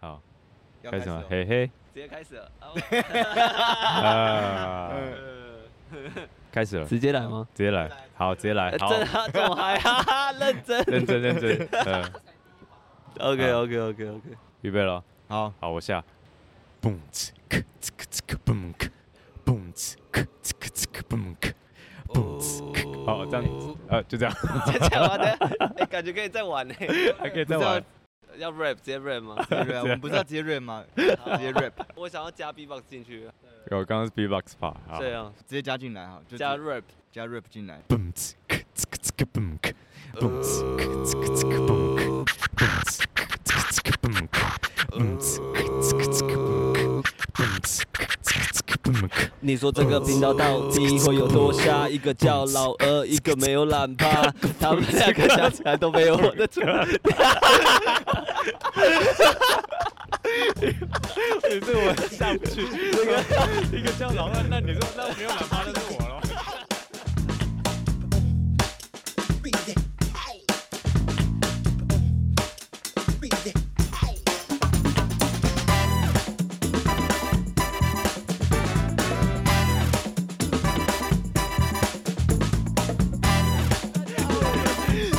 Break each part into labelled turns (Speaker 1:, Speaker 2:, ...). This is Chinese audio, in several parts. Speaker 1: 好，
Speaker 2: 要
Speaker 1: 开
Speaker 2: 开
Speaker 1: 始
Speaker 2: 始
Speaker 1: 吗
Speaker 2: 了？
Speaker 1: 嘿嘿，
Speaker 3: 直接开始 了。啊
Speaker 1: 啊，
Speaker 3: 呃
Speaker 1: 开始了，直
Speaker 3: 直接来吗？
Speaker 1: 接来，好，直接来
Speaker 3: 呃，
Speaker 1: 好，
Speaker 3: 真的啊这么嗨，哈 哈，认真。
Speaker 1: 认真认真，嗯，
Speaker 3: OK OK OK OK。
Speaker 1: 预备了，
Speaker 2: 好，
Speaker 1: 好，我下，嘣哧咳哧咳哧咳嘣咳，嘣哧咳哧咳哧咳嘣咳，嘣哧咳，好，这样子，呃，就这样，
Speaker 3: 就这样玩的，哎，感觉可以再 玩呢。
Speaker 1: 还可以再玩，
Speaker 3: 要 rap 直接 rap 吗？
Speaker 2: 直接 rap，我们不是要直接 rap 吗？直接 rap，
Speaker 3: 我想要加 B-box 进去，
Speaker 1: 我刚刚是 B-box 吧，好
Speaker 3: 这，样
Speaker 2: 直接加进来哈，就
Speaker 3: 加
Speaker 2: 直
Speaker 3: rap。
Speaker 2: 加 rap 进来。
Speaker 1: 嘣哧咳哧咳哧咳嘣咳，嘣哧咳哧咳哧咳嘣咳，嘣哧咳哧咳哧咳嘣咳，嘣哧咳哧咳哧咳嘣咳，嘣哧咳哧咳哧咳嘣咳。
Speaker 3: 你说这个频道到底会有多瞎？一个叫老二，一个没有懒趴， 他们两个加起来都 没有我的准。
Speaker 1: 你这我下不去，这个一个叫老二，那你说那我没有懒趴，那是我了。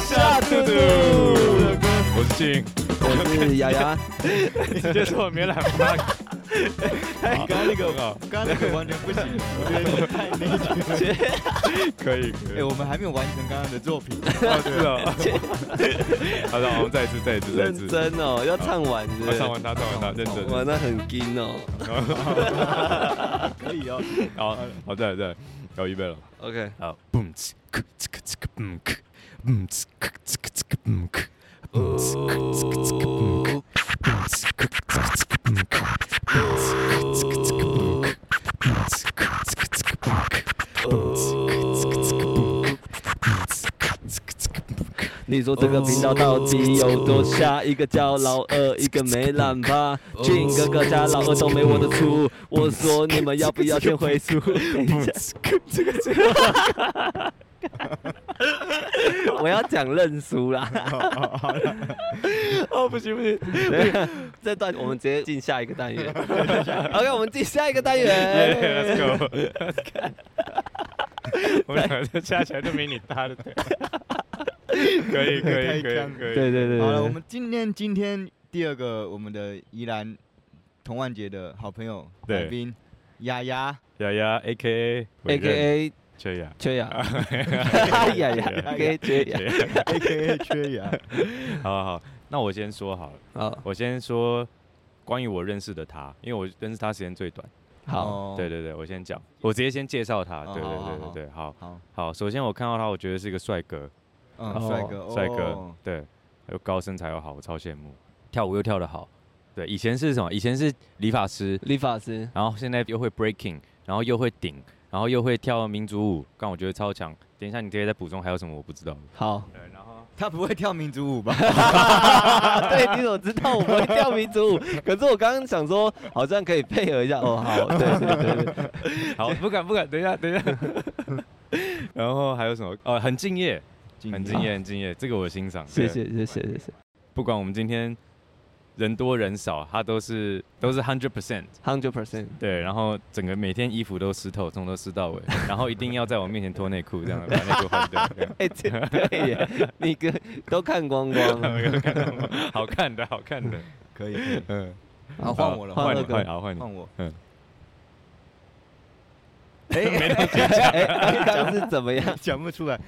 Speaker 3: 下
Speaker 1: 嘟嘟，我是静，
Speaker 3: 我是雅 雅，
Speaker 1: 直接说我没懒趴。刚刚那个 好，
Speaker 2: 刚刚那个完全不 行，我觉得太内卷。
Speaker 1: 可以可
Speaker 2: 哎，我们还没有完成刚刚的作品。
Speaker 1: 哦是哦。好的，我们再一次，再一次，再一
Speaker 3: 认
Speaker 1: 次。
Speaker 3: 真哦，要唱完是不
Speaker 1: 我
Speaker 3: 是
Speaker 1: 唱？完他，唱完他，认真。
Speaker 3: 哇，那很劲哦。
Speaker 2: 可以哦。
Speaker 1: 好，好，再来，再来，要预备了。
Speaker 3: OK，
Speaker 1: 好，嘣哧咳哧咳哧咳嘣咳，嘣哧咳哧咳哧咳嘣咳，嘣哧咳哧咳哧咳嘣咳，嘣哧咳哧咳哧咳嘣咳，嘣哧咳哧咳哧咳嘣咳，嘣哧咳哧咳哧咳嘣咳，嘣哧咳哧咳哧咳嘣咳，嘣哧咳哧咳哧咳嘣咳。
Speaker 3: 你说这个频道到底有多瞎？一个叫老二，一个没懒趴。俊哥哥加老二都没我的粗。我说你们要不要先回 书？等一下
Speaker 1: 这个这
Speaker 3: 我要讲认输啦！ 哦，不行不行，这段我们直接进下一个单 元。OK，我们进下一 个单元。
Speaker 1: ，Let's go。我们两个加起来都没你搭的对。可以可以可以可以。
Speaker 3: 对对对，
Speaker 2: 好了，我们今天今天第二个我们的宜兰童万杰的好朋友
Speaker 1: 对
Speaker 2: 来宾雅雅，
Speaker 1: 雅雅 A K A
Speaker 3: A K A
Speaker 1: 缺雅。
Speaker 3: 缺氧， 哎呀呀
Speaker 1: 缺氧
Speaker 2: A
Speaker 3: ，A K A 缺氧。
Speaker 2: K A 缺牙。
Speaker 1: 好好，好，那我先说好了，
Speaker 3: 好，
Speaker 1: 我先说关于我认识的他，因为我认识他时间最短。
Speaker 3: 好，
Speaker 2: 哦
Speaker 1: 对对对，我先讲，我直接先介绍他。
Speaker 2: 哦
Speaker 1: 对对
Speaker 2: 好
Speaker 1: 对
Speaker 2: 好好
Speaker 1: 对对，好
Speaker 2: 好，
Speaker 1: 好。首先我看到他，我觉得是一个帅哥，
Speaker 2: 嗯，
Speaker 3: 哦
Speaker 2: 帅哥，
Speaker 1: 帅哥
Speaker 2: 哦，，
Speaker 1: 对，又高身材又好，我超羡慕。跳舞又跳得好，对，以前是什么？以前是理发师，
Speaker 3: 理发师，
Speaker 1: 然后现在又会 breaking，然后又会顶，然后又会跳民族舞，刚我觉得超强。等一下你可以再补充还有什么我不知道的。
Speaker 3: 好。
Speaker 1: 对，然后
Speaker 2: 他不会跳民族舞吧？
Speaker 3: 对，你怎么知道我不会跳民族舞？可是我刚刚想说，好像可以配合一下。哦，好，对对对对，
Speaker 1: 好， 不敢不敢，等一下等 一下。然后还有什么？哦，很敬业，很敬业，很敬业，这个我欣赏。
Speaker 3: 谢
Speaker 1: 对
Speaker 3: 谢谢谢谢谢
Speaker 1: 不管我们今天人多人少，他都是都是 hundred percent。
Speaker 3: ，hundred percent。
Speaker 1: 对，然后整个每天衣服都湿透，从头湿到尾，然后一定要在我面前脱内裤，这样把内裤换掉，这样
Speaker 3: 哎、这对耶，你跟都看光光了。
Speaker 1: 好看的，好看的。
Speaker 2: 可以，可以
Speaker 1: 嗯，
Speaker 2: 好，换我了，
Speaker 1: 换
Speaker 2: 换
Speaker 1: 你，
Speaker 2: 我
Speaker 3: 二个
Speaker 1: 换你，好换你。
Speaker 2: 换我。
Speaker 3: 哎，
Speaker 1: 没东西
Speaker 3: 哎，刚刚是怎么样？
Speaker 2: 讲不出来，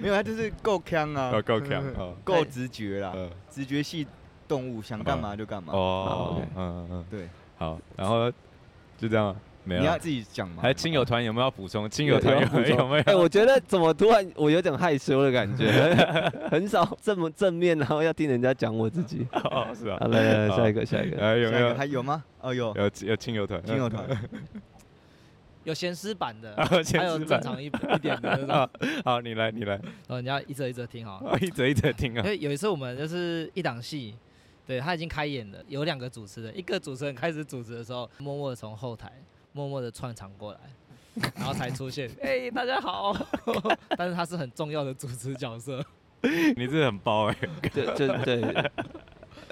Speaker 2: 没有，他就是够强啊
Speaker 1: 哦，，够强 哦
Speaker 2: 够直觉啦，
Speaker 1: 嗯
Speaker 2: 直觉系动物，想干嘛就干嘛。
Speaker 1: 哦
Speaker 3: 好
Speaker 1: 嗯嗯嗯，
Speaker 2: 对，
Speaker 1: 好，然后就这样，啊没
Speaker 2: 你要
Speaker 1: 了。
Speaker 2: 自己讲嘛。
Speaker 1: 还亲友团有没有要补充？亲友团有 没有有没
Speaker 3: 哎、
Speaker 1: 有？
Speaker 3: 我觉得怎么突然我有点害羞的感觉， 很少这么正面，然后要听人家讲我自己。
Speaker 1: 哦，是啊
Speaker 3: 好，。来来来，
Speaker 1: 好
Speaker 3: 下一个下 一个。
Speaker 1: 哎，有没
Speaker 2: 下一个
Speaker 1: 有
Speaker 2: 还有吗？哦，有，
Speaker 1: 有有亲友团？
Speaker 2: 亲友团。
Speaker 4: 有闲诗版的
Speaker 1: ，有闲诗版
Speaker 4: 还有正常一一点的那种，然
Speaker 1: 啊，好，你来，你来，
Speaker 4: 后你要一则一则听哈。
Speaker 1: 哦一直一直听
Speaker 4: 因
Speaker 1: 啊。
Speaker 4: 为有一次我们就是一档戏，对他已经开演了，有两个主持人，一个主持人开始主持的时候，默默的从后台默默的串场过来，然后才出现，哎、大家好，但是他是很重要的主持角色，
Speaker 1: 你这很包哎，
Speaker 3: 就就对，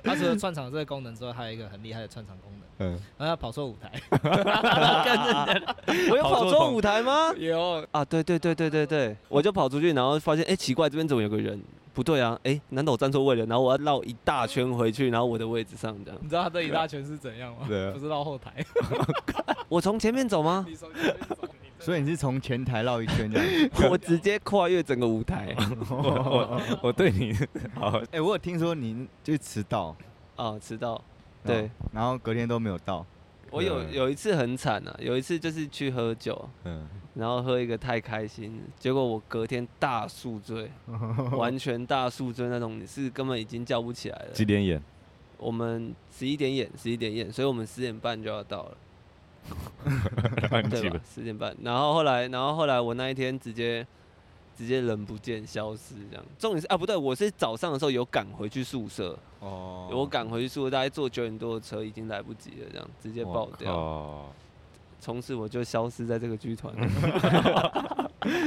Speaker 4: 它除了串场这个功能之外，还有一个很厉害的串场功能，
Speaker 2: 嗯，
Speaker 4: 然后它跑错舞台。
Speaker 3: 我有跑错舞台吗？
Speaker 4: 有，
Speaker 3: 啊，对对对对对对，我就跑出去，然后发现，哎，奇怪，这边怎么有个人？不对啊，哎，难道我站错位了？然后我要绕一大圈回去，然后我的位置上这样。
Speaker 4: 你知道它这一大圈是怎样吗？
Speaker 2: 对啊
Speaker 4: 不是到后台。
Speaker 3: 我从前面走 吗？
Speaker 4: 你手机会走
Speaker 2: 所以你是从前台绕一圈 这样。
Speaker 3: 我直接跨越整个舞台。
Speaker 1: 我我我对你 好，
Speaker 2: 哎、我有听说你就迟到，哦
Speaker 3: 啊，迟到。对，
Speaker 2: 然后隔天都没有 到，
Speaker 3: 我有
Speaker 1: 嗯
Speaker 3: 有一次很惨啊，有一次就是去喝酒，
Speaker 1: 嗯，
Speaker 3: 然后喝一个太开心了，结果我隔天大宿醉，
Speaker 2: 哦
Speaker 3: 完全大宿醉那种，你是根本已经叫不起来了。
Speaker 1: 几点演？
Speaker 3: 我们十一点演，十一点演，所以我们十点半就要到了，
Speaker 1: 乱
Speaker 3: 对
Speaker 1: 七
Speaker 3: 吧
Speaker 1: 八？
Speaker 3: 十点半。然后后来，然后后来我那一天直接直接人不见消失这样。重点是啊，不对，我是早上的时候有赶回去宿舍，
Speaker 2: 哦
Speaker 3: 我赶回去宿舍，大概坐九点多的车已经来不及了，这样直接爆掉。
Speaker 1: 哦，
Speaker 3: 从此我就消失在这个剧团。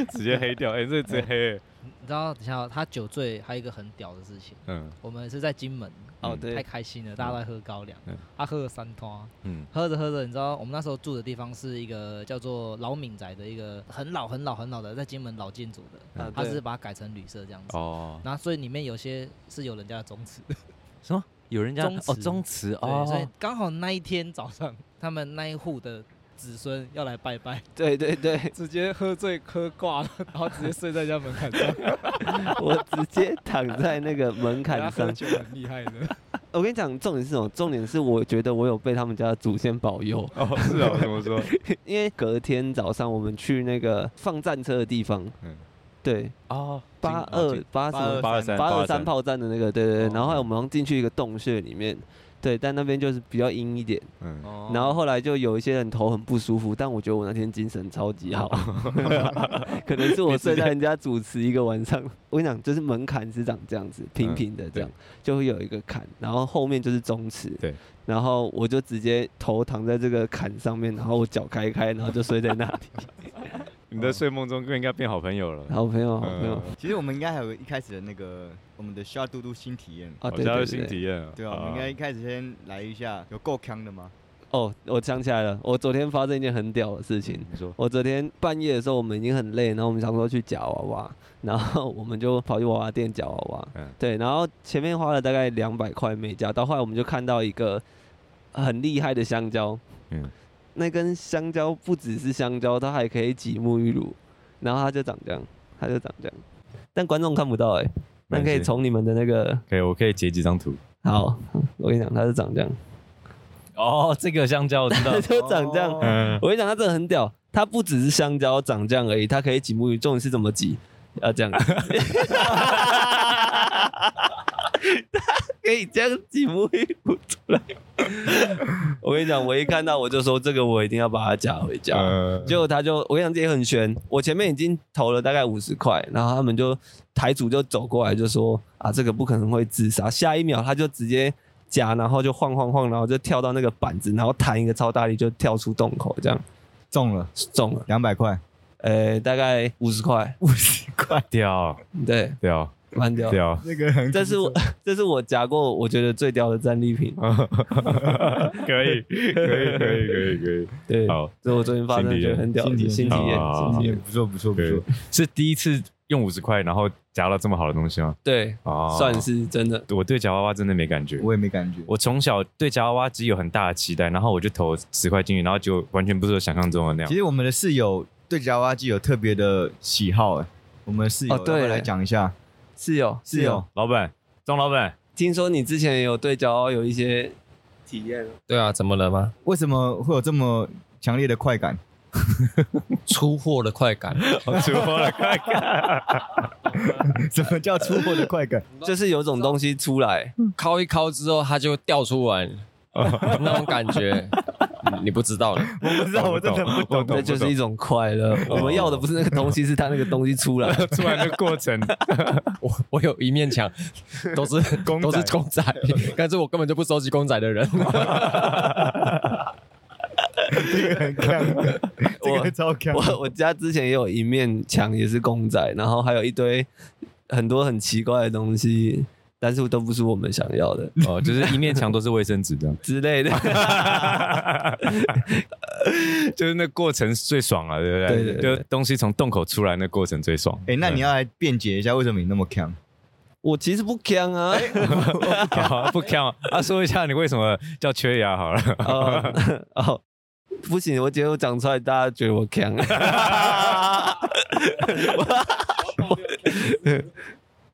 Speaker 1: 直接黑掉，哎、这直接黑，
Speaker 4: 你知道，等一下哦他酒醉还有一个很屌的事情，
Speaker 1: 嗯
Speaker 4: 我们是在金门，
Speaker 3: 哦，
Speaker 1: 嗯
Speaker 4: 太
Speaker 3: 对，
Speaker 4: 开心了，大家都在喝高粱
Speaker 1: 嗯，
Speaker 4: 他喝了三啊托，
Speaker 1: 嗯，
Speaker 4: 喝着喝着，你知道我们那时候住的地方是一个叫做老闽宅的一个很老很老很老的，在金门老建筑的，
Speaker 3: 啊
Speaker 4: 它
Speaker 3: 对
Speaker 4: 是把它改成旅社这样子。
Speaker 1: 哦，
Speaker 4: 然后所以里面有些是有人家的宗祠，
Speaker 1: 什么？有人
Speaker 4: 家哦宗哦
Speaker 1: 祠
Speaker 4: 对，所以刚好那一天早上，他们那一户的子孙要来拜拜，
Speaker 3: 对对对，
Speaker 4: 直接喝醉喝挂了，然后直接睡在人家门槛上，
Speaker 3: 我直接躺在那个门
Speaker 4: 人家
Speaker 3: 槛
Speaker 4: 喝
Speaker 3: 上。
Speaker 4: 酒很厉害的，
Speaker 3: 我跟你讲，重点是什么？重点是我觉得我有被他们家的祖先保佑，
Speaker 1: 哦， 是 哦，怎么说？
Speaker 3: 因为隔天早上我们去那个放战车的地方，
Speaker 1: 嗯，
Speaker 3: 对，
Speaker 1: 哦，
Speaker 3: 八二八什么
Speaker 1: 八二三
Speaker 3: 八二三，炮站的那个，对对对。
Speaker 2: 哦
Speaker 3: 然后后来我们好像进去一个洞穴里面，对，但那边就是比较阴一点。
Speaker 1: 嗯，
Speaker 2: 哦
Speaker 3: 然后后来就有一些人头很不舒服，但我觉得我那天精神超级好，
Speaker 1: 哦
Speaker 3: 可能是我睡在人家主持一个晚 上。我跟你讲，就是门槛是长这样子，平平的这样，就会有一个坎，然后后面就是中池。
Speaker 1: 嗯对。
Speaker 3: 然后我就直接头躺在这个坎上面，然后我脚开开，然后就睡在那里。
Speaker 1: 你在睡梦中更应该变好朋友了。
Speaker 3: 好朋友，好
Speaker 1: 嗯
Speaker 3: 朋友。
Speaker 2: 其实我们应该还有一开始的那个我们的需要嘟嘟新体验，
Speaker 3: 啊，
Speaker 1: 我
Speaker 3: 对
Speaker 1: 哦加入
Speaker 3: 对
Speaker 1: 新
Speaker 3: 对对。
Speaker 1: 体验了。
Speaker 2: 对啊，我们应该一开始先来一下有够强的吗？
Speaker 3: 哦，我想起来了，我昨天发生一件很屌的事情。
Speaker 1: 你说，
Speaker 3: 我昨天半夜的时候，我们已经很累，然后我们想说去夹娃娃，然后我们就跑去娃娃店夹娃娃。
Speaker 1: 嗯
Speaker 3: 对，然后前面花了大概两百块没夹，到后来我们就看到一个很厉害的香蕉。
Speaker 1: 嗯
Speaker 3: 那根香蕉不只是香蕉，它还可以挤沐浴乳，然后它就长这样，它就长这样，但观众看不到哎、那可以从你们的那个
Speaker 1: 可以，我可以截几张图。
Speaker 3: 好，我跟你讲，它是长这样，
Speaker 5: 哦，这个香蕉我知道
Speaker 3: 它，就长这样。
Speaker 2: 哦
Speaker 1: 嗯，
Speaker 3: 我跟你讲，它真的很屌，它不只是香蕉长这样而已，它可以挤沐浴，重点是怎么挤，要这样，它可以这样挤沐浴露出来。我跟你讲，我一看到我就说这个我一定要把它夹回家。
Speaker 1: 呃，
Speaker 3: 结果他就，我跟你讲，这也很悬。我前面已经投了大概五十块，然后他们就台主就走过来就说啊，这个不可能会自杀。下一秒他就直接夹，然后就晃晃晃，然后就跳到那个板子，然后弹一个超大力就跳出洞口，这样
Speaker 2: 中了
Speaker 3: 中了。
Speaker 2: 两百块，
Speaker 3: 呃，大概五十块，
Speaker 1: 屌
Speaker 3: 对，
Speaker 1: 屌
Speaker 3: 蛮屌。
Speaker 1: 屌，
Speaker 2: 那个很
Speaker 3: 这是我，这是我夹过我觉得最屌的战利品。
Speaker 1: 可以可以可以可以可以，
Speaker 3: 对，
Speaker 1: 好，
Speaker 3: 这是我昨天发生的觉得很屌的
Speaker 2: 新体验
Speaker 3: 新体验
Speaker 1: 好好，好
Speaker 3: 新体验。
Speaker 2: 不错不错不
Speaker 1: 啊对
Speaker 2: 错，，
Speaker 1: 是第一次用五十块，然后夹到这么好的东西吗？
Speaker 3: 对，
Speaker 1: 哦，
Speaker 3: 算。是真的。
Speaker 1: 我对夹娃娃真的没感觉，
Speaker 2: 我也没感觉。
Speaker 1: 我从小对夹娃娃机有很大的期待，然后我就投十块进去，然后就完全不是我想象中的那样
Speaker 2: 其。实我们的室友对夹娃娃机有特别的喜好，哎，我们室友
Speaker 3: 哦
Speaker 2: 要不
Speaker 3: 对
Speaker 2: 要来讲一下，
Speaker 3: 室友，
Speaker 2: 室友，
Speaker 1: 老板，张老 板，
Speaker 3: 听说你之前有对骄傲有一些体验，
Speaker 5: 对啊，怎么了吗？
Speaker 2: 为什么会有这么强烈的快感？
Speaker 5: 出货的快感，
Speaker 1: 我出货了，快看！
Speaker 2: 什么叫出货的快感？
Speaker 3: 就是有种东西出来，
Speaker 5: 敲一敲之后它就会掉出来，哦那种感 觉，嗯你不知道的。
Speaker 2: 我不知道，我真的不懂。
Speaker 3: 那就是一种快乐。我们要的不是那个东西，是它那个东西出来。
Speaker 1: 出来的过 程，
Speaker 5: 我我有一面墙都是
Speaker 1: 公仔
Speaker 5: 都是 公仔，但是我根本就不收集公仔的人。
Speaker 2: 这个很看， 这个超看。
Speaker 3: 我我家之前也有一面墙也是公仔，然后还有一堆很多很奇怪的东西。但是都不是我们想要的，
Speaker 1: 哦，就是一面墙都是卫生纸这 样
Speaker 3: 之类的。
Speaker 1: 就是那过程最爽了，对不对？
Speaker 3: 对对对
Speaker 1: 就东西从洞口出来那过程最爽。
Speaker 2: 哎，那你要来辩解一下，为什么你那么强？
Speaker 3: 我其实不 强啊，
Speaker 1: 好不看啊？说一下你为什么叫缺牙好了。
Speaker 3: 哦哦，不行，我觉得我讲出来大家觉得我 强。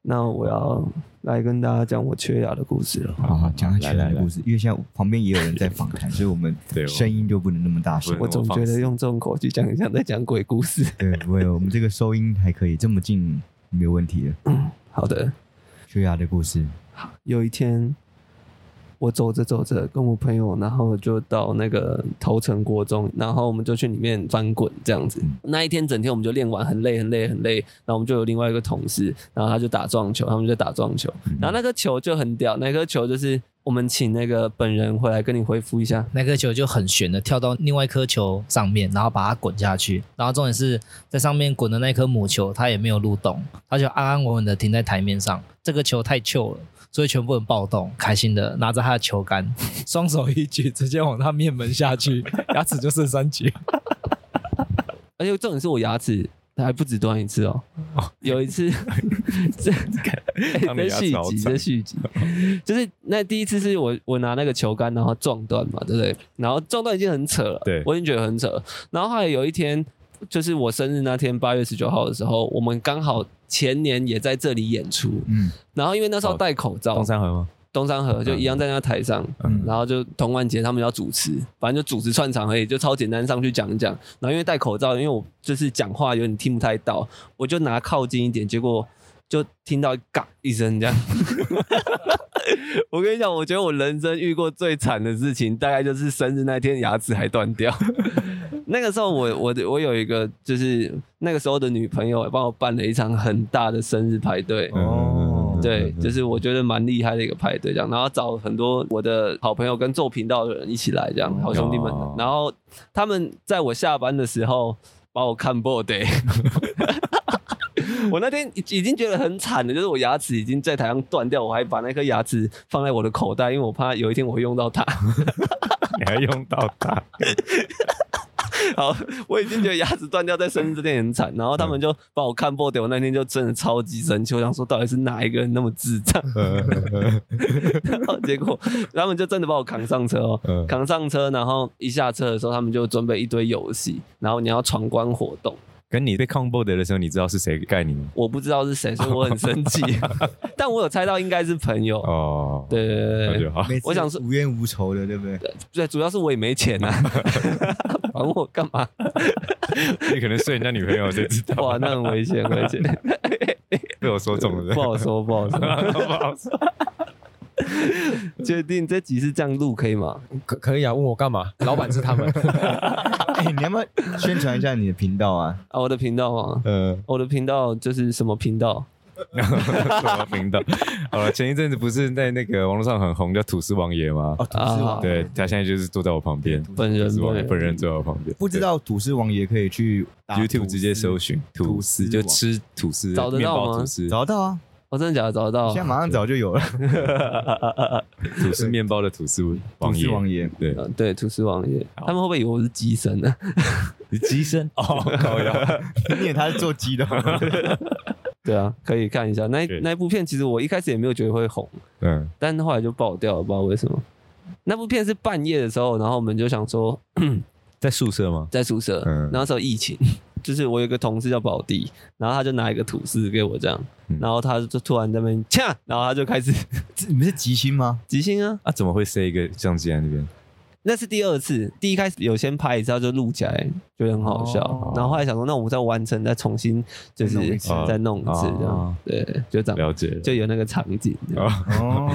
Speaker 3: 那我要来跟大家讲我缺牙的故事了。
Speaker 2: 好好讲
Speaker 1: 来
Speaker 2: 下去
Speaker 1: 来
Speaker 2: 你的
Speaker 1: 来
Speaker 2: 故事，因为现在旁边也有人在访谈，所以我们
Speaker 1: 对哦
Speaker 2: 声音就不能那么大声
Speaker 1: 不。
Speaker 3: 我总觉得用这种口气讲，很像在讲鬼故事。
Speaker 2: 对，不会，我们这个收音还可以，这么近没有问题的。
Speaker 3: 好的，
Speaker 2: 缺牙的故事，
Speaker 3: 有一天，我走着走着，跟我朋友，然后就到那个头城国中，然后我们就去里面翻滚这样子。那一天整天我们就练完，很累很累很累。然后我们就有另外一个同事，然后他就打撞球，他们就打撞球。然后那个球就很屌，那颗球就是我们请那个本人回来跟你回复一下。
Speaker 4: 那颗球就很悬的跳到另外一颗球上面，然后把它滚下去。然后重点是在上面滚的那颗母球，它也没有入洞，它就啊安安稳稳的停在台面上。这个球太旧了，所以全部人暴动，开心的拿着他的球杆，双手一举，直接往他面门下去，牙齿就剩三节。
Speaker 3: 而且重点是我牙齿还不止断一次哦。有一次，这
Speaker 2: 哎
Speaker 1: 他们
Speaker 3: 这
Speaker 1: 牙
Speaker 3: 续
Speaker 1: 齿好
Speaker 3: 集，
Speaker 1: 长
Speaker 3: 这续 集，就是那第一次是我我拿那个球杆，然后撞断嘛，对不对？然后撞断已经很扯了，
Speaker 1: 对
Speaker 3: 我已经觉得很扯。然后后来有一天，就是我生日那天，八月十九号的时候，我们刚好前年也在这里演出，
Speaker 2: 嗯
Speaker 3: 然后因为那时
Speaker 1: 哦
Speaker 3: 候戴口罩，
Speaker 1: 东山河吗？
Speaker 3: 东山河就一样在那台上，
Speaker 2: 嗯
Speaker 3: 然后就童万杰他们要主持，反正就主持串场而已，就超简单上去讲一讲。然后因为戴口罩，因为我就是讲话有点听不太到，我就拿靠近一点，结果就听到嘎一声这样。 我跟你讲，我觉得我人生遇过最惨的事情，大概就是生日那天牙齿还断掉。那个时候我我的我有一个就是那个时候的女朋友帮我办了一场很大的生日派对，
Speaker 1: 嗯
Speaker 2: 哦
Speaker 3: 对，就是我觉得蛮厉害的一个派对，这样，然后找很多我的好朋友跟做频道的人一起来，这样，好兄弟们
Speaker 1: 哦，
Speaker 3: 然后他们在我下班的时候把我看破的。我那天已已经觉得很惨了，就是我牙齿已经在台上断掉，我还把那颗牙齿放在我的口袋，因为我怕有一天我会用到它。
Speaker 1: 你还用到它？
Speaker 3: 好，我已经觉得牙齿断掉在生日这天很惨，然后他们
Speaker 1: 嗯
Speaker 3: 就把我看破的，我那天就真的超级生气，我想说到底是哪一个人那么智障。
Speaker 1: 嗯
Speaker 3: 然后结果他们就真的把我扛上车哦，
Speaker 1: 嗯
Speaker 3: 扛上车，然后一下车的时候，他们就准备一堆游戏，然后你要闯关活动。
Speaker 1: 跟你被 combo 的的时候，你知道是谁盖你吗？
Speaker 3: 我不知道是谁，所以我很生 气，但我有猜到应该是朋友。
Speaker 1: 哦，
Speaker 3: 对对对
Speaker 1: 那
Speaker 3: 对
Speaker 1: 就
Speaker 3: 对，
Speaker 1: 好。
Speaker 2: 每次
Speaker 3: 我想说
Speaker 2: 无冤无仇的，对不对？
Speaker 3: 对，主要是我也没 钱啊， 管我干嘛？
Speaker 1: 你可能睡人家女朋友，谁 知道？
Speaker 3: 哇，那很危险，危险，
Speaker 1: 被我说中了，
Speaker 3: 不好说，不好 说。
Speaker 1: 不好说。
Speaker 3: 确定这集是这样录可以吗？
Speaker 5: 可可以啊？问我干嘛？老板是他们，
Speaker 2: 哎，你要不要宣传一下你的频道啊？
Speaker 3: 啊，我的频道啊，
Speaker 1: 呃，
Speaker 3: 我的频道就是什么频道？
Speaker 1: 什么频道？好了，前一阵子不是在那个网络上很红叫吐司王爷吗？
Speaker 2: 哦，吐司
Speaker 3: 啊
Speaker 2: 王，
Speaker 1: 对，他现在就是坐在我旁边，
Speaker 3: 本人
Speaker 1: 吐司王爷
Speaker 3: 本
Speaker 1: 本
Speaker 3: 人
Speaker 1: 人坐在我旁边。
Speaker 2: 不知道吐司王也可以去打
Speaker 1: 对 YouTube
Speaker 2: 吐司
Speaker 1: 直接搜寻吐
Speaker 2: 吐
Speaker 1: 司，
Speaker 2: 司王
Speaker 1: 就吃吐司，
Speaker 3: 找得
Speaker 1: 面
Speaker 3: 到吗
Speaker 1: 包吐司，
Speaker 2: 找得到啊，
Speaker 3: 我真的假的？找得到
Speaker 2: 现在？马上找就有了。
Speaker 1: 吐司面包的吐司
Speaker 2: 吐
Speaker 1: 王
Speaker 2: 司
Speaker 1: 爷。
Speaker 2: 王爷，
Speaker 1: 对，
Speaker 3: 嗯，对，吐司王爷，
Speaker 1: 好
Speaker 3: 他们会不会以为我是机神呢？
Speaker 1: 你机身哦，高腰。
Speaker 2: 因为他是做 鸡的，
Speaker 3: 对啊，可以看一下那一
Speaker 1: 是
Speaker 3: 那一部片。其实我一开始也没有觉得会红，
Speaker 1: 嗯，
Speaker 3: 但后来就爆掉了，不知道为什么。那部片是半夜的时候，然后我们就想说
Speaker 1: 在宿舍吗？
Speaker 3: 在宿舍，
Speaker 1: 嗯
Speaker 3: 然后那时候疫情， 就是我有一个同事叫宝弟，然后他就拿一个吐司给我这样
Speaker 1: 嗯，
Speaker 3: 然后他就突然在那边呛，然后他就开始
Speaker 2: 你们是吉星吗？
Speaker 3: 即兴啊，
Speaker 1: 啊，怎么会塞一个相机在那边？
Speaker 3: 那是第二次，第一开始有先拍一次，他就录起来，觉得很好笑。
Speaker 2: 哦
Speaker 3: 然后后来想说，那我们再完成，再重新就是
Speaker 2: 再弄一次
Speaker 3: 再弄一次这样，
Speaker 1: 哦
Speaker 3: 对，就这样，
Speaker 1: 了解了，
Speaker 3: 就有那个场景。
Speaker 1: 啊，
Speaker 2: 哦，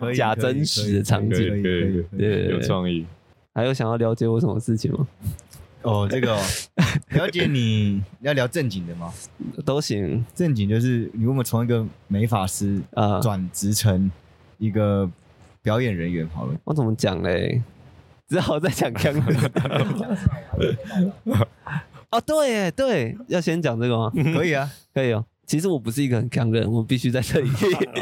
Speaker 2: 可以
Speaker 3: 假
Speaker 2: 可以
Speaker 3: 真实的
Speaker 2: 可以
Speaker 3: 场景
Speaker 1: 可
Speaker 2: 可
Speaker 1: 以
Speaker 2: 以可
Speaker 1: 可以可
Speaker 2: 以可以可以。
Speaker 1: 以，
Speaker 3: 对
Speaker 1: 有创意。
Speaker 3: 还有想要了解我什么事情吗？
Speaker 2: 哦，这个 哦了解你要聊正经的吗？
Speaker 3: 都行
Speaker 2: 正经就是你有没有从一个美发师
Speaker 3: 啊、
Speaker 2: 转职成一个表演人员好了？
Speaker 3: 我怎么讲嘞？只好再讲看看。哦，对耶，对，要先讲这个吗？
Speaker 2: 可以啊，
Speaker 3: 可以哦。其实我不是一个很强的人，我必须在这里。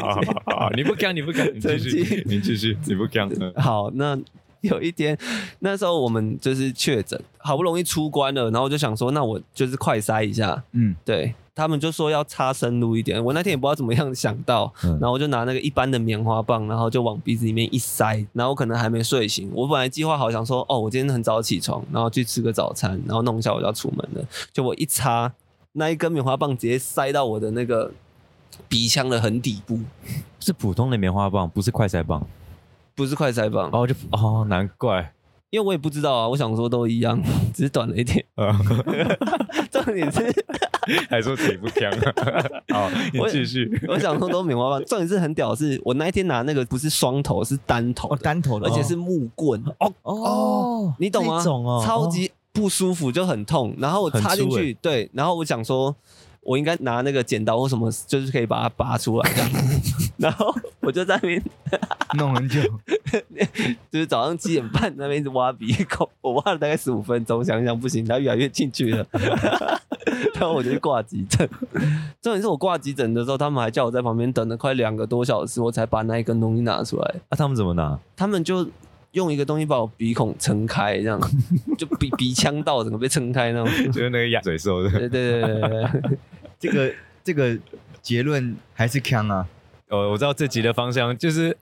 Speaker 6: 啊啊！你不讲，你不讲，你继 续，你继续，你不 讲。嗯
Speaker 3: 好，那 有一天，那时候我们就是确诊，好不容易出关了，然后我就想说，那我就是快筛一下。
Speaker 2: 嗯，
Speaker 3: 对他们就说要插深入一点，我那天也不知道怎么样 想到，
Speaker 6: 嗯
Speaker 3: 然后我就拿那个一般的棉花棒，然后就往鼻子里面一塞，然后我可能还没睡醒，我本来计划好想说，哦，我今天很早起床，然后去吃个早餐，然后弄一下我就要出门了，就我一插，那一根棉花棒直接塞到我的那个鼻腔的很底部，
Speaker 6: 是普通的棉花棒，不是快塞棒。
Speaker 3: 不是快塞棒，
Speaker 6: 哦，就哦，难怪。
Speaker 3: 因为我也不知道啊，我想说都一样， 只是短了一点，
Speaker 6: 啊，
Speaker 3: 重点是。
Speaker 6: 还说自己不 讲。好，你
Speaker 3: 我
Speaker 6: 继续。
Speaker 3: 我想说都棉花棒，重点是很屌的是，我那一天拿那个不是双头，是单头的，
Speaker 2: 哦单头
Speaker 3: 而且是木棍，
Speaker 6: 哦，
Speaker 3: 你懂吗？
Speaker 6: 那哦种哦
Speaker 3: 超级不舒服，就很痛。然后我插进
Speaker 6: 很粗
Speaker 3: 去，
Speaker 6: 欸
Speaker 3: 对，然后我想说，我应该拿那个剪刀或什么，就是可以把它拔出来这样。 然后我就在那边，
Speaker 2: 哦弄很久，
Speaker 3: 就是早上七点半那边一直挖鼻孔，我挖了大概十五分钟，想一想不行，它越来越进去了。然后我就去挂急诊。重点是我挂急诊的时候，他们还叫我在旁边等了快两个多小时，我才把那一根东西拿出来。
Speaker 6: 啊那他们怎么拿？
Speaker 3: 他们就用一个东西把我鼻孔撑开，这样就鼻鼻腔道整个被撑开那种。
Speaker 6: 就是那个鸭嘴 兽
Speaker 3: 对
Speaker 6: 的。
Speaker 3: 对对对对对，
Speaker 2: 这个 这个结论还是 强啊，
Speaker 6: 哦，我知道这集的方向就是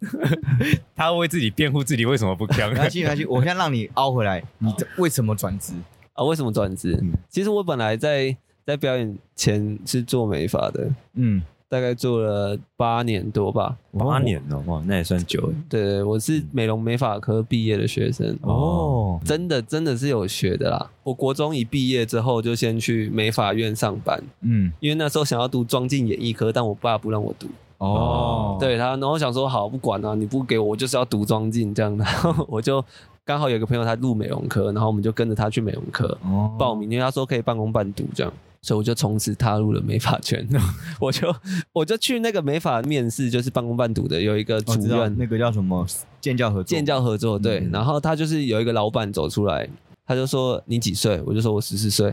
Speaker 6: 他为自己辩护自己为什么不讲。
Speaker 2: 没关系没关系，我现在让你凹回来，你这为什么转职？
Speaker 3: 啊，为什么转职？
Speaker 6: 嗯
Speaker 3: 其实我本来在在表演前是做美发的，
Speaker 2: 嗯，
Speaker 3: 大概做了八年多吧。
Speaker 6: 八年 哦，哇，那也算久
Speaker 2: 嗯
Speaker 6: 了。
Speaker 3: 对对，我是美容美发科毕业的学生。
Speaker 6: 哦，
Speaker 3: 真的真的是有学的啦！我国中一毕业之后就先去美发院上班，
Speaker 2: 嗯，
Speaker 3: 因为那时候想要读装进演艺科，但我爸不让我读。
Speaker 2: 哦，
Speaker 3: 对他，然后想说好不管了、你不给我，我就是要读装进这样 的。然后我就刚好有一个朋友他入美容科，然后我们就跟着他去美容科
Speaker 2: 哦，
Speaker 3: 报名，因为他说可以半工半读这样，所以我就从此踏入了美发圈。 我就我就去那个美发面试，就是半工半读的，有一个
Speaker 2: 我
Speaker 3: 主
Speaker 2: 哦知道
Speaker 3: 任
Speaker 2: 那个叫什么建教合作，
Speaker 3: 建教合作对，
Speaker 2: 嗯
Speaker 3: 然后他就是有一个老板走出来，他就说你几岁？我就说我十四岁，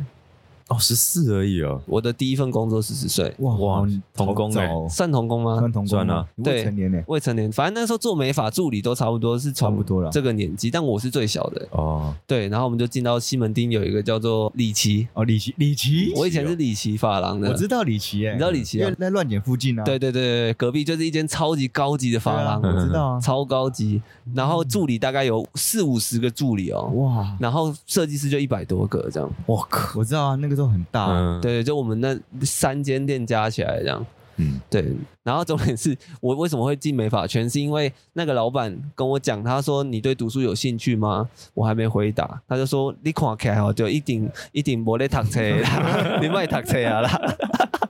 Speaker 6: 哦，十四而已哦。
Speaker 3: 我的第一份工作十四岁，
Speaker 2: 哇
Speaker 6: 哇童工欸
Speaker 2: 哦，
Speaker 3: 算童工吗？
Speaker 2: 算童工
Speaker 6: 算
Speaker 2: 吗
Speaker 6: 啊？
Speaker 2: 你
Speaker 3: 对
Speaker 2: 未成年欸呢，
Speaker 3: 未成年，反正那时候做美发助理都差不多是
Speaker 2: 差不多啦
Speaker 3: 了这个年纪，但我是最小的。
Speaker 6: 哦，
Speaker 3: 对，然后我们就进到西门町有一个叫做李奇，
Speaker 2: 哦，李琦，李琦，
Speaker 3: 我以前是李奇发
Speaker 6: 嗯
Speaker 3: 廊的，
Speaker 2: 我知道李琦哎，
Speaker 3: 你知道李琦啊
Speaker 2: 因为在乱点附近啊，
Speaker 3: 对对对对，隔壁就是一间超级高级的
Speaker 2: 对
Speaker 3: 发
Speaker 2: 啊，
Speaker 3: 廊，
Speaker 2: 我知道啊，
Speaker 3: 超高级，然后助理大概有四五十个助理哦，
Speaker 2: 哇，
Speaker 3: 然后设计师就一百多个这样，
Speaker 2: 我靠，我知道啊，那个时候很大啊，
Speaker 6: 嗯，
Speaker 3: 对对，就我们那三间店加起来这样。
Speaker 6: 嗯，
Speaker 3: 对，然后重点是我为什么会进美发圈，是因为那个老板跟我讲，他说你对读书有兴趣吗？我还没回答，他就说你看起来哦，就一定一定没在读册的 啦，你卖读册啊啦，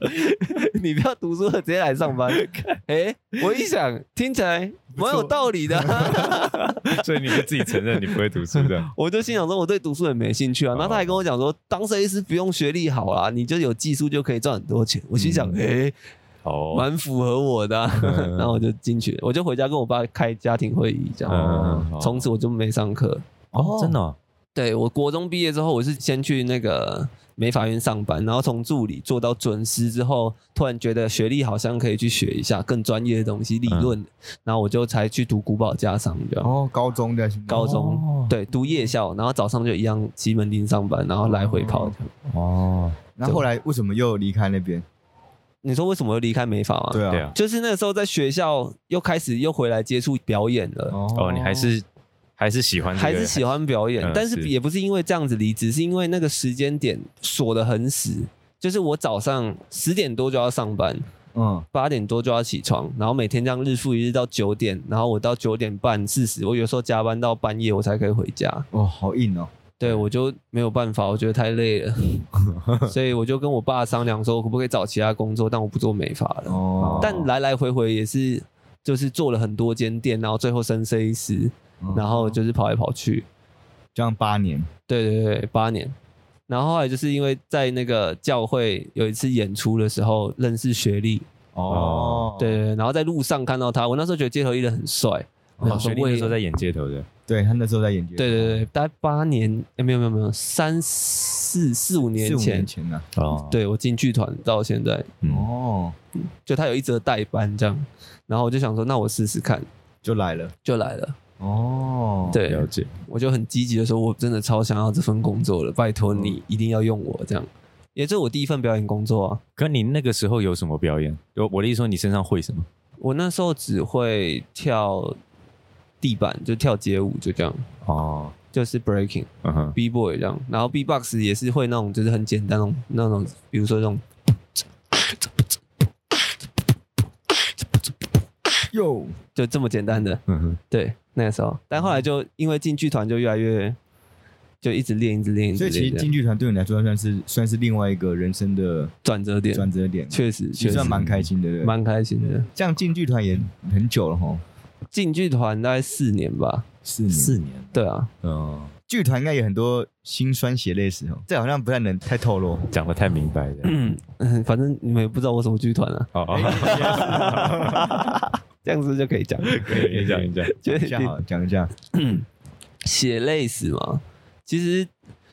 Speaker 3: 你不要读书了，直接来上 班。哎，我一想听起来蛮有道理的啊、
Speaker 6: 所以你就自己承认你不会读 书的。
Speaker 3: 我就心想说我对读书也没兴趣啊。然后他
Speaker 6: 哦
Speaker 3: 还跟我讲说，当设计师不用学历好啦，你就有技术就可以赚很多钱。我心想，哎、
Speaker 6: 嗯哦，
Speaker 3: 蛮符合我的啊、
Speaker 6: 嗯
Speaker 3: 然后我就进去了，我就回家跟我爸开家庭会议，这
Speaker 6: 嗯
Speaker 3: 样
Speaker 6: 嗯，嗯
Speaker 3: 从此我就没上课。
Speaker 6: 哦，真的哦
Speaker 3: 对我国中毕业之后，我是先去那个美法院上班，然后从助理做到准师之后，突然觉得学历好像可以去学一下更专业的东西，理
Speaker 6: 嗯
Speaker 3: 论，然后我就才去读古堡家商这样。
Speaker 2: 哦，高中的
Speaker 3: 高中、
Speaker 6: 哦
Speaker 3: 对读夜校，然后早上就一样西门町上班，然后来回跑。
Speaker 6: 哦，
Speaker 2: 那后来为什么又离开那边？
Speaker 3: 你说为什么会离开美法吗？
Speaker 2: 对
Speaker 6: 对
Speaker 2: 啊，
Speaker 6: 啊。
Speaker 3: 就是那时候在学校又开始又回来接触表演了，
Speaker 6: 哦，你还是还是喜欢这个，
Speaker 3: 还是喜欢表演，
Speaker 6: 嗯
Speaker 3: 但是
Speaker 6: 是
Speaker 3: 也不是因为这样子离职，是因为那个时间点锁得很死，就是我早上十点多就要上班，
Speaker 2: 嗯，
Speaker 3: 八点多就要起床，然后每天这样日复一日到九点，然后我到九点半四十，我有时候加班到半夜我才可以回家，
Speaker 2: 哦，好硬哦，
Speaker 3: 对我就没有办法，我觉得太累 了，所以我就跟我爸商量说，我可不可以找其他工作，但我不做美发了。
Speaker 2: 哦，
Speaker 3: 但来来回回也是，就是做了很多间店，然后最后升设计师，
Speaker 2: 嗯
Speaker 3: 然后就是跑来跑去。
Speaker 2: 这样八年，
Speaker 3: 对对对，八年。然后后来就是因为在那个教会有一次演出的时候认识学历，
Speaker 2: 哦，
Speaker 3: 对对对，然后在路上看到他，我那时候觉得街头艺人很帅，然后
Speaker 6: 哦学弟
Speaker 3: 为
Speaker 6: 那
Speaker 2: 啊
Speaker 6: 时候在演街头的，
Speaker 2: 对他那时候在研究，
Speaker 3: 对对对，大概八年，哎，没有没有没有，三四四五
Speaker 2: 四
Speaker 3: 年
Speaker 2: 五
Speaker 3: 前
Speaker 2: 年，前呢、
Speaker 6: 哦，
Speaker 3: 对我进剧团到现在，
Speaker 6: 嗯，
Speaker 2: 哦，
Speaker 3: 就他有一则代班这样，然后我就想说，那我试试看，
Speaker 2: 就来了，
Speaker 3: 就来了。
Speaker 2: 哦，，
Speaker 3: 对，
Speaker 6: 了解，
Speaker 3: 我就很积极的说，我真的超想要这份工作了，拜托
Speaker 6: 嗯
Speaker 3: 你一定要用我这样。也这是我第一份表演工作啊，
Speaker 6: 可你那个时候有什么表演？我我的意思说，你身上会什么？
Speaker 3: 我那时候只会跳地板，就跳街舞，就这样，
Speaker 6: 哦，
Speaker 3: 就是 breaking
Speaker 6: 嗯哼，
Speaker 3: b boy 这样，然后 b box 也是会那种，就是很简单那种那种，比如说那种
Speaker 2: 哟，
Speaker 3: 就这么简单的，
Speaker 6: 嗯哼，
Speaker 3: 对，那个时候，但后来就
Speaker 2: 嗯
Speaker 3: 因为进剧团就越来越就一直练，一直练，一
Speaker 2: 所以
Speaker 3: 直
Speaker 2: 其
Speaker 3: 练
Speaker 2: 实
Speaker 3: 这
Speaker 2: 进
Speaker 3: 样，
Speaker 2: 剧团对你来说算是算是另外一个人生的
Speaker 3: 转折点，
Speaker 2: 转折点，啊
Speaker 3: 确实
Speaker 2: 其实
Speaker 3: 确实
Speaker 2: 算蛮开心的，对不对。
Speaker 3: 蛮开心的。
Speaker 2: 这样进剧团也很久了吼，
Speaker 3: 进剧团大概四年吧，
Speaker 2: 四年。
Speaker 6: 年，
Speaker 3: 对啊，
Speaker 6: 嗯，
Speaker 2: 剧团应该有很多辛酸血泪史哦，这好像不太能太透露。
Speaker 6: 讲的太明白了，
Speaker 3: 嗯，反正你们也不知道我什么剧团啊，
Speaker 6: 哦
Speaker 2: 哎
Speaker 6: 哦，
Speaker 3: 这样子就可以讲，
Speaker 6: 可以讲一讲，
Speaker 3: 就
Speaker 2: 讲一下好了，讲一下。
Speaker 3: 血泪史嘛。其实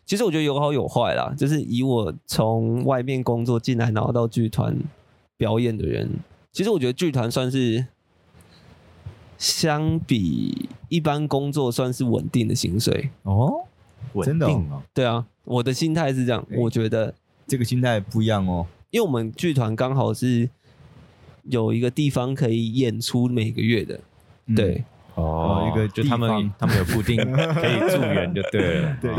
Speaker 3: 其实我觉得有好有坏啦，就是以我从外面工作进来，然后到剧团表演的人，其实我觉得剧团算是相比一般工作算是稳定的薪水。
Speaker 2: 哦，真的哦
Speaker 6: 哦，
Speaker 3: 对啊，我的心态是这样，
Speaker 2: 对
Speaker 3: 我觉得，
Speaker 2: 这个心态不一样哦。
Speaker 3: 因为我们剧团刚好是有一个地方可以演出每个月的，
Speaker 2: 嗯
Speaker 3: 对，
Speaker 6: 哦，
Speaker 2: 一个
Speaker 6: 就
Speaker 2: 地
Speaker 6: 他们
Speaker 2: 方
Speaker 6: 他们有固定 可以住院就对了，
Speaker 2: 对
Speaker 6: 哦，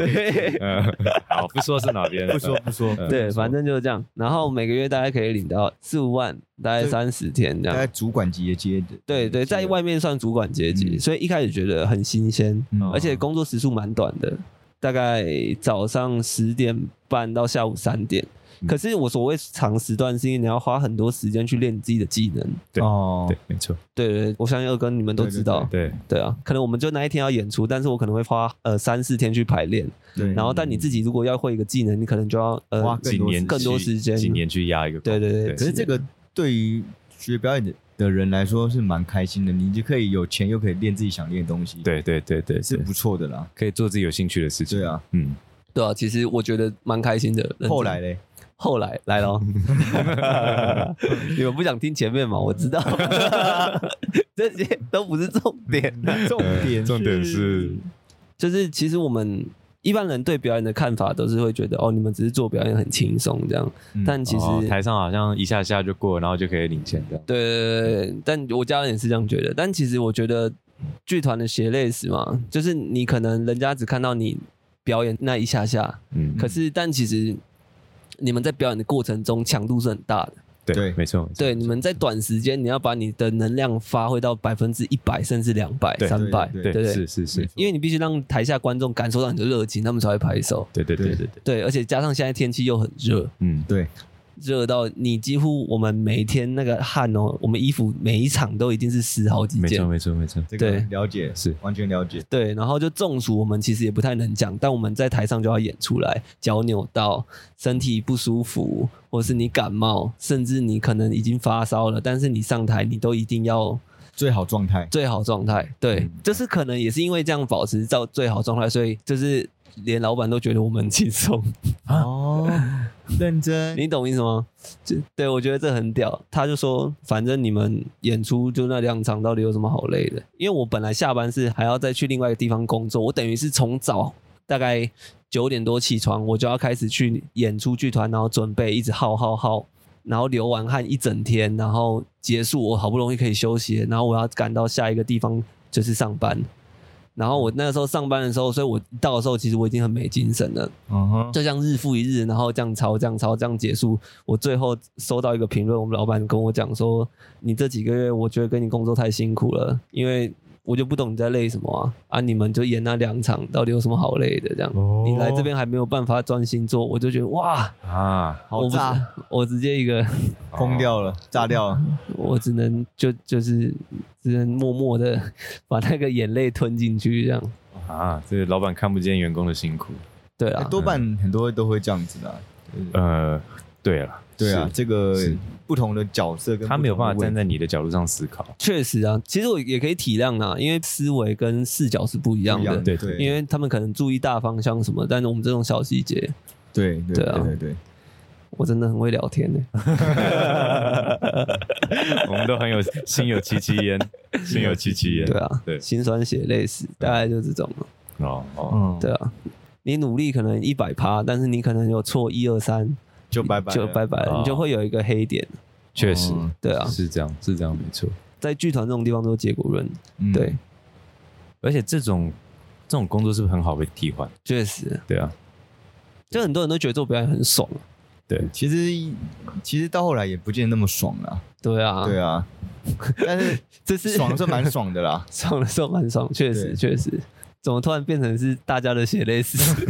Speaker 6: 嗯，好，不说是哪边了，
Speaker 2: 不说不说，
Speaker 6: 嗯
Speaker 3: 对，反正就是这样。然后每个月大概可以领到四五万，大概
Speaker 2: 对
Speaker 3: 三十天这
Speaker 2: 大
Speaker 3: 样
Speaker 2: 概。主管级的接的。
Speaker 3: 对对，在外面算主管阶级，
Speaker 2: 嗯
Speaker 3: 所以一开始觉得很新鲜，
Speaker 2: 嗯，
Speaker 3: 而且工作时数蛮短的，大概早上十点半到下午三点。
Speaker 2: 嗯
Speaker 3: 可是我所谓长时段，是因为你要花很多时间去练自己的技能。
Speaker 6: 对
Speaker 2: 哦，
Speaker 6: 对，没错，
Speaker 3: 对对，对我相信二哥你们都
Speaker 2: 对对
Speaker 3: 知道，
Speaker 6: 对，
Speaker 3: 对啊，可能我们就那一天要演出，但是我可能会花呃三四天去排练，
Speaker 2: 对嗯
Speaker 3: 然后但你自己如果要会一个技能，你可能就要
Speaker 2: 花
Speaker 3: 呃，
Speaker 2: 更
Speaker 6: 几
Speaker 2: 多
Speaker 6: 年
Speaker 2: 时
Speaker 3: 更多
Speaker 6: 去
Speaker 3: 时间
Speaker 6: 几年去压一个，
Speaker 3: 对对对
Speaker 2: 可是这个对于学表演的的人来说是蛮开心的，你就可以有钱，又可以练自己想练的东西，，
Speaker 6: 对对对对，
Speaker 2: 是
Speaker 6: 对
Speaker 2: 不错的啦。
Speaker 6: 可以做自己有兴趣的事情，
Speaker 2: 对，啊，
Speaker 6: 嗯，
Speaker 3: 对啊，其实我觉得蛮开心的。认真
Speaker 2: 后来嘞，
Speaker 3: 后来来了，你们不想听前面嘛？我知道，这些都不是重点，
Speaker 2: 重
Speaker 6: 呃
Speaker 2: 点
Speaker 6: 重点是
Speaker 3: 就是其实我们。一般人对表演的看法都是会觉得哦，你们只是做表演很轻松这样，
Speaker 2: 嗯
Speaker 3: 但其实、
Speaker 6: 哦台上好像一下下就过，然后就可以领钱这样。
Speaker 3: 对对对对对，但我家人也是这样觉得。但其实我觉得剧团的血泪史嘛，就是你可能人家只看到你表演那一下下，
Speaker 6: 嗯，
Speaker 3: 可是但其实你们在表演的过程中强度是很大的。
Speaker 1: 嗯
Speaker 6: 对，
Speaker 2: 对
Speaker 6: 没错，没错
Speaker 3: 对，你们在短时间你要把你的能量发挥到百分之一百，甚至两百、
Speaker 6: 对
Speaker 3: 三百，
Speaker 2: 对
Speaker 3: 对
Speaker 6: 对，是是是，
Speaker 3: 因为你必须让台下观众感受到你的热情，他们才会拍手。
Speaker 6: 对对对
Speaker 2: 对
Speaker 6: 对对，
Speaker 3: 对，而且加上现在天气又很热，
Speaker 6: 嗯，
Speaker 2: 对，
Speaker 3: 热到你几乎我们每天那个汗哦，我们衣服每一场都已经是湿好几
Speaker 6: 没
Speaker 3: 件
Speaker 6: 错。没错没错，
Speaker 2: 这个
Speaker 3: 对
Speaker 2: 了解
Speaker 6: 是
Speaker 2: 完全了解，
Speaker 3: 对，然后就中暑，我们其实也不太能讲，但我们在台上就要演出来，脚扭到，身体不舒服，或是你感冒，甚至你可能已经发烧了，但是你上台你都一定要
Speaker 2: 最好状态。
Speaker 3: 最好状态。对，就是可能也是因为这样保持到最好状态，所以就是连老板都觉得我们很轻松，
Speaker 2: 哦，认真，
Speaker 3: 你懂意思吗？就对我觉得这很屌。他就说，反正你们演出就那两场，到底有什么好累的？因为我本来下班是还要再去另外一个地方工作，我等于是从早大概九点多起床，我就要开始去演出剧团，然后准备一直耗耗耗。然后流完汗一整天，然后结束，我好不容易可以休息，然后我要赶到下一个地方就是上班。然后我那个时候上班的时候，所以我一到的时候，其实我已经很没精神了。
Speaker 2: 嗯哼，
Speaker 3: 就像日复一日，然后这样抄、这样抄、这样结束。我最后收到一个评论，我们老板跟我讲说：“你这几个月，我觉得跟你工作太辛苦了，因为我就不懂你在累什么啊啊！你们就演那两场，到底有什么好累的？这样，
Speaker 2: 哦
Speaker 3: 你来这边还没有办法专心做，我就觉得哇，
Speaker 6: 啊，
Speaker 3: 我
Speaker 2: 好
Speaker 3: 不是
Speaker 2: 炸，
Speaker 3: 我直接一个，
Speaker 2: 哦疯掉了，炸掉了，
Speaker 3: 我只能就就是只能默默的 把那个眼泪吞进去，这样
Speaker 1: 哦
Speaker 6: 啊！这个老板看不见员工的辛苦，
Speaker 2: 哎
Speaker 3: 对啊，
Speaker 1: 嗯
Speaker 2: 多半很多都会这样子的啊。
Speaker 6: 呃，对了，
Speaker 2: 对啊，这个
Speaker 1: 是
Speaker 2: 不同的角色跟
Speaker 1: 他没有办法站
Speaker 2: 在
Speaker 1: 在你的角度上思考。
Speaker 3: 确实啊，其实我也可以体谅啊，因为思维跟视角是不一样
Speaker 2: 一
Speaker 3: 的。
Speaker 2: 样，
Speaker 1: 对
Speaker 2: 对，
Speaker 3: 因为他们可能注意大方向什么，但是我们这种小细节，
Speaker 2: 对对
Speaker 3: 对啊
Speaker 2: 对对对，
Speaker 3: 我真的很会聊天欸呢、
Speaker 1: 我们都很有 心有戚戚 焉，心有戚戚焉。
Speaker 3: 对啊，
Speaker 1: 对
Speaker 3: 心酸血泪史，大概就这种了。
Speaker 1: 哦哦，
Speaker 2: 嗯，
Speaker 3: 对啊，你努力可能一百趴，但是你可能有错一二三，
Speaker 2: 就拜拜了，
Speaker 3: 就拜拜了，
Speaker 1: 哦
Speaker 3: 你就会有一个黑点。
Speaker 1: 确实
Speaker 2: 嗯
Speaker 3: 对啊，
Speaker 1: 是这样，是这样，没错。
Speaker 3: 在剧团这种地方都是结果论。
Speaker 2: 嗯
Speaker 3: 对，
Speaker 1: 而且这种这种工作是不是很好被替换？
Speaker 3: 确实，
Speaker 1: 对啊，
Speaker 3: 就很多人都觉得做表演很爽。啊
Speaker 1: 对，
Speaker 2: 其实其实到后来也不见得那么爽啦，
Speaker 3: 对啊，
Speaker 2: 对啊， 但是
Speaker 3: 这是，
Speaker 2: 爽是蛮爽的啦
Speaker 3: 爽的时候蛮爽，确实
Speaker 2: 对
Speaker 3: 确实。怎么突然变成是大家的血泪史？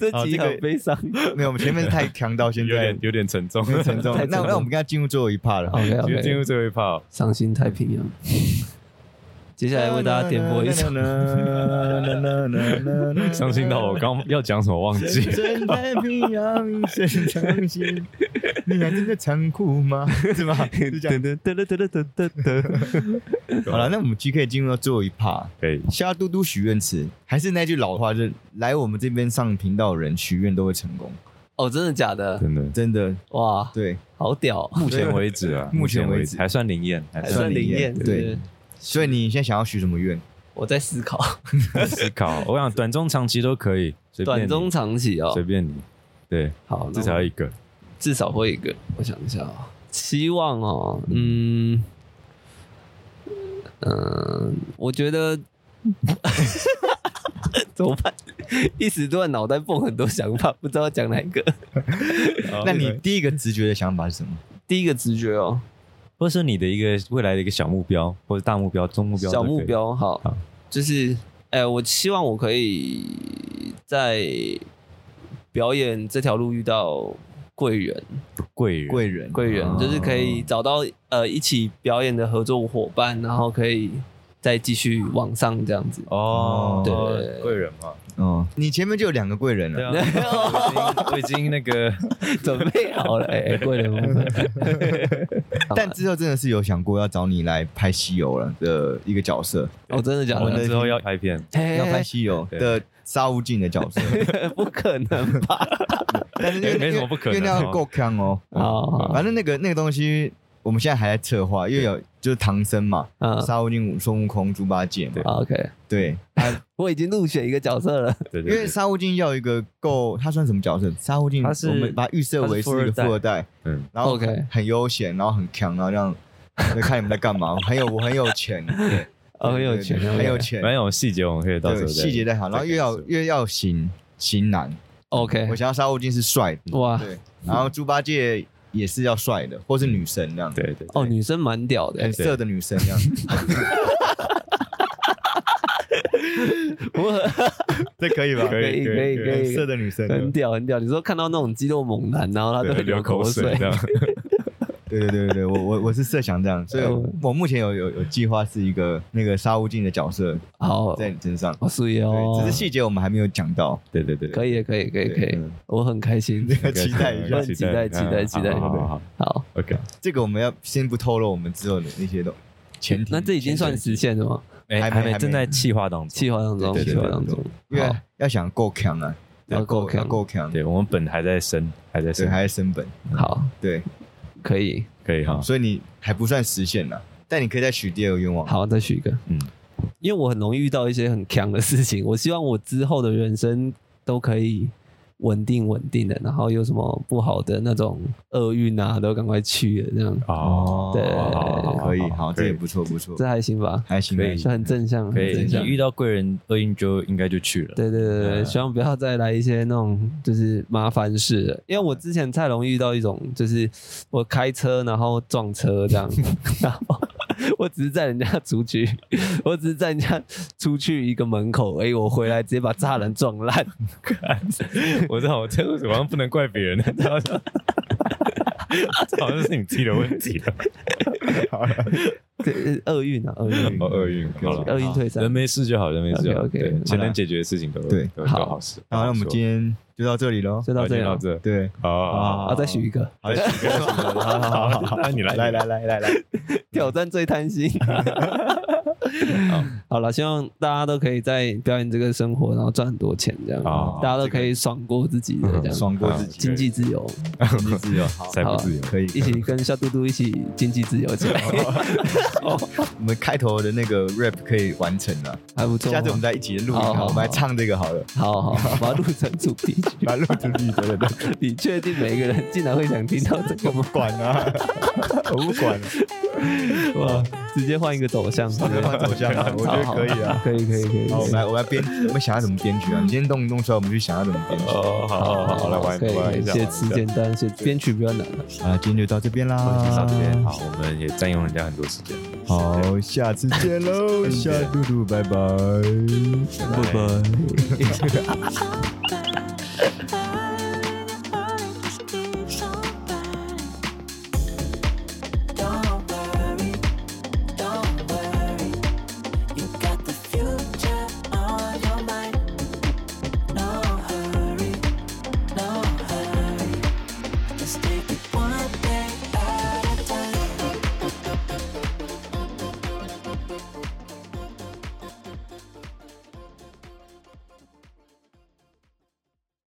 Speaker 3: 这
Speaker 1: 好
Speaker 3: 集
Speaker 1: 这个
Speaker 3: 很悲伤。
Speaker 2: 没有，我们前面太强到现
Speaker 1: 有
Speaker 2: 在
Speaker 1: 点有点沉 重，
Speaker 2: 很沉重
Speaker 3: 太，沉
Speaker 2: 那
Speaker 3: 重哦
Speaker 2: 那我们跟他进入最后一 part 了。
Speaker 3: OK
Speaker 1: 直接进
Speaker 3: OK，
Speaker 1: 入最后一趴哦。
Speaker 3: 伤心太平洋。 接下来为大家点播一 首
Speaker 2: 首
Speaker 1: 伤心到我刚要讲什么忘 记。
Speaker 2: 深太平洋，一身伤心，你还真的残酷吗？ 是吗？是这样。好了，那我们 G K 进入到最后一 part，
Speaker 1: 可以，
Speaker 2: 虾嘟嘟许愿池，还是那句老话，就是来我们这边上频道的人许愿都会成功，
Speaker 3: 哦，真的假的？
Speaker 1: 真的，
Speaker 2: 真的
Speaker 3: 哇，
Speaker 2: 对。
Speaker 3: 好屌！
Speaker 1: 目前为止啊，
Speaker 2: 目前为止
Speaker 1: 还算灵验，还
Speaker 3: 还
Speaker 1: 算
Speaker 3: 算灵
Speaker 2: 灵
Speaker 3: 验
Speaker 2: 验，
Speaker 3: 对
Speaker 2: 对
Speaker 3: 不对。
Speaker 2: 所以你现在想要许什么愿？
Speaker 3: 我在思 考，
Speaker 1: 思考。我想短中长期都可以，随便你
Speaker 3: 短中长期哦
Speaker 1: 随。便你。对，
Speaker 3: 好，那
Speaker 1: 至少要一个。
Speaker 3: 至少会一个。我想一下哦，希望哦，嗯，嗯、我觉得 怎么办？ 一时突然脑袋蹦很多想法，不知道讲哪一个。
Speaker 1: 好
Speaker 2: 那你第一个直觉的想法 是什么？
Speaker 3: 第一个直觉哦，
Speaker 1: 或者说你的一个未来的一个小目标，或者大目标、中目标、
Speaker 3: 小目，标好，
Speaker 1: 好
Speaker 3: 就是哎、我希望我可以在表演这条路遇到贵人，
Speaker 1: 贵人，
Speaker 2: 贵人，
Speaker 3: 贵人、
Speaker 1: 哦
Speaker 3: 就是可以找到呃一起表演的合作伙伴，然后可以再继续往上这样子。
Speaker 1: 哦，
Speaker 3: 对
Speaker 1: 贵人嘛，
Speaker 2: 哦，你前面就有两个贵人了
Speaker 1: 对。啊，我已经我已经那个，
Speaker 3: 准备好了， 哎、贵人部分，
Speaker 2: 但之后真的是有想过要找你来拍西游了的一个角色，
Speaker 3: 哦，真的假
Speaker 1: 我们
Speaker 3: 的？
Speaker 1: 之后要拍片，
Speaker 3: 哎
Speaker 2: 要拍西游
Speaker 1: 对
Speaker 2: 的沙悟净的角 色，
Speaker 3: 不可能吧？
Speaker 2: 但是因为
Speaker 1: 没什么不可能哦
Speaker 2: 因为那要够强哦。
Speaker 3: 好好
Speaker 2: 反正那个那个东西，我们现在还在策划，因为有就是唐僧嘛，
Speaker 3: 嗯
Speaker 2: 沙悟净、孙悟空、猪八戒嘛，
Speaker 3: 好，OK，
Speaker 2: 对，
Speaker 3: 我已经入选一个角色了，
Speaker 1: 对对
Speaker 2: 因为
Speaker 1: 对，
Speaker 2: 沙悟净要一个够，他算什么角色？沙悟净，
Speaker 1: 他是
Speaker 2: 我们把它预设为是一个
Speaker 1: 他是
Speaker 2: 富
Speaker 1: 富
Speaker 2: 二代，
Speaker 1: 嗯，
Speaker 2: 然后
Speaker 3: OK
Speaker 2: 很悠闲，然后很强，然后这样，就看你们在干嘛。我很有，我很有钱，对
Speaker 3: 哦，很有钱，
Speaker 2: 对对很有钱，
Speaker 1: 蛮有细节，我们可以到时
Speaker 2: 对，
Speaker 1: 候再
Speaker 2: 细节再好，然后又要
Speaker 1: 再
Speaker 2: 又要型型男，
Speaker 3: ，OK，啊
Speaker 2: 我想要沙悟净是帅的，
Speaker 3: 哇，
Speaker 2: 对，然后猪八戒也是要帅的，或是女神这样，
Speaker 1: 对对，
Speaker 3: 哦，女生蛮屌的
Speaker 2: 很，色的女神这样，
Speaker 3: 我
Speaker 2: 这可以吧？
Speaker 1: 可以
Speaker 3: 可以可以
Speaker 2: 很色的女神，
Speaker 3: 很屌，很屌。你说看到那种肌肉猛男，然后他都
Speaker 1: 对
Speaker 3: 会
Speaker 1: 流口
Speaker 3: 水
Speaker 1: 水，这样，
Speaker 2: 对对对对对，我我我是设想这样，所以我我目前有有有计划是一个那个沙悟净的角色
Speaker 3: 好，
Speaker 2: 在你身上，
Speaker 3: 好素颜哦
Speaker 2: 对，，只是细节我们还没有讲到，
Speaker 1: 对对对，
Speaker 3: 可
Speaker 1: 以，
Speaker 3: 以，可以，可以，
Speaker 2: 对
Speaker 3: 可以
Speaker 2: 嗯，
Speaker 3: 我很开心。
Speaker 2: 期待一
Speaker 3: 我
Speaker 2: 下
Speaker 3: 很，期待期待期待
Speaker 1: 好好好好
Speaker 3: 好，
Speaker 1: ，OK，
Speaker 2: 这个我们要先不透露我们之后的那些东前提，
Speaker 3: 那这已经算
Speaker 2: 前提
Speaker 3: 实现了吗？
Speaker 1: 哎
Speaker 2: 还没
Speaker 1: 还
Speaker 2: 还
Speaker 1: 没
Speaker 2: 没
Speaker 1: 正在气化当中，
Speaker 3: 计划当中，
Speaker 1: 对对
Speaker 3: 计
Speaker 1: 对
Speaker 3: 划当中，
Speaker 2: 因为
Speaker 3: 好
Speaker 2: 要想够强啊，
Speaker 3: 要
Speaker 2: 要
Speaker 3: 够
Speaker 2: 够
Speaker 3: 强
Speaker 2: 要够强，
Speaker 1: 对我们本还在生，还在
Speaker 2: 对，
Speaker 1: 生，
Speaker 2: 还在升本，
Speaker 3: 好，
Speaker 2: 对，
Speaker 3: 可以，
Speaker 1: 可以哈，
Speaker 2: 所以你还不算实现了，但你可以再许第二个愿望，，
Speaker 3: 好，再许一个。
Speaker 1: 嗯，
Speaker 3: 因为我很容易遇到一些很强的事情，我希望我之后的人生都可以稳定稳定的，然后有什么不好的那种厄运啊，都赶快去了这样，
Speaker 1: 哦，
Speaker 3: 对
Speaker 2: 可以，好，这也
Speaker 1: 可以
Speaker 2: 不错不错
Speaker 3: 这，还行吧？
Speaker 2: 还行
Speaker 1: 可以
Speaker 2: 还行
Speaker 3: 这很正向，
Speaker 1: 可
Speaker 3: 很
Speaker 1: 以，
Speaker 3: 正
Speaker 1: 你
Speaker 3: 向。
Speaker 1: 遇到贵人厄运就应该就去了，
Speaker 3: 对对对对，
Speaker 1: 嗯
Speaker 3: 希望不要再来一些那种就是麻烦事了，因为我之前太容易遇到一种，就是我开车然后撞车 这样，然后我只是载人家出去，我只是载人家出去一个门口，哎、我回来直接把栅栏撞烂，
Speaker 1: 我知道，我这为什么好像不能怪别人？
Speaker 7: 这好像是你自己的问题了。
Speaker 1: 好了，
Speaker 3: 对厄运啊，厄运
Speaker 1: 哦，，厄运，
Speaker 3: 好了厄运退散
Speaker 1: 人没事就好，人没事就好。
Speaker 3: OK，OK，
Speaker 1: 对
Speaker 3: 好啦
Speaker 1: 钱能解决的事情都
Speaker 2: 对
Speaker 1: 都都
Speaker 3: 好
Speaker 1: 好事。
Speaker 2: 好，那我们
Speaker 1: 说
Speaker 2: 今天就到这里喽。
Speaker 3: 就到这
Speaker 1: 今
Speaker 3: 里
Speaker 1: 天到
Speaker 3: 了。
Speaker 1: 这，
Speaker 2: 对，
Speaker 1: 好好好
Speaker 3: 啊，再许一个，
Speaker 2: 好，好好好好，
Speaker 7: 那你来，
Speaker 2: 来来来来来，
Speaker 3: 挑战最贪心。 好了，希望大家都可以在表演这个生活，然后赚很多钱，这样
Speaker 2: 哦
Speaker 1: 好
Speaker 3: 大家都可以爽过自己的这样，
Speaker 2: 嗯爽过自己，
Speaker 3: 经济自 由，
Speaker 2: 经济自由，好，
Speaker 1: 财富自由。
Speaker 2: 可以。
Speaker 3: 一起跟小嘟嘟一起经济自由 起来，
Speaker 2: 我们开头的那个 rap 可以完成了，
Speaker 3: 还不错。
Speaker 2: 下次我们再一起录一
Speaker 3: 好好
Speaker 2: 个，
Speaker 3: 好
Speaker 2: 我们来唱这个好了，
Speaker 3: 好好好，把它录成主题曲。
Speaker 2: 把录成你的了，
Speaker 3: 你确定每一个人竟然会想听到这个吗？
Speaker 2: 管啊，
Speaker 1: 哦
Speaker 2: 我不管了，
Speaker 3: 哇，直接换一个走向，
Speaker 2: 我们换走向啊，我觉得可以啊。
Speaker 3: 可以可以可以。
Speaker 2: 好，我们来，我们来编，我们想要怎么编曲啊？你今天动一动出来，我们就想要怎么编曲
Speaker 1: 哦，好好好，来玩
Speaker 3: 可以可
Speaker 1: 玩
Speaker 3: 以
Speaker 1: 一下。
Speaker 3: 写
Speaker 1: 玩一
Speaker 3: 词
Speaker 1: 下
Speaker 3: 简单，写编曲比较难。
Speaker 2: 啊。今天就到这边啦，
Speaker 1: 介绍这边，好，我们也占用人家很多时间。
Speaker 2: 好，下次见喽，夏嘟嘟，拜拜。
Speaker 1: 拜拜。
Speaker 8: Bye.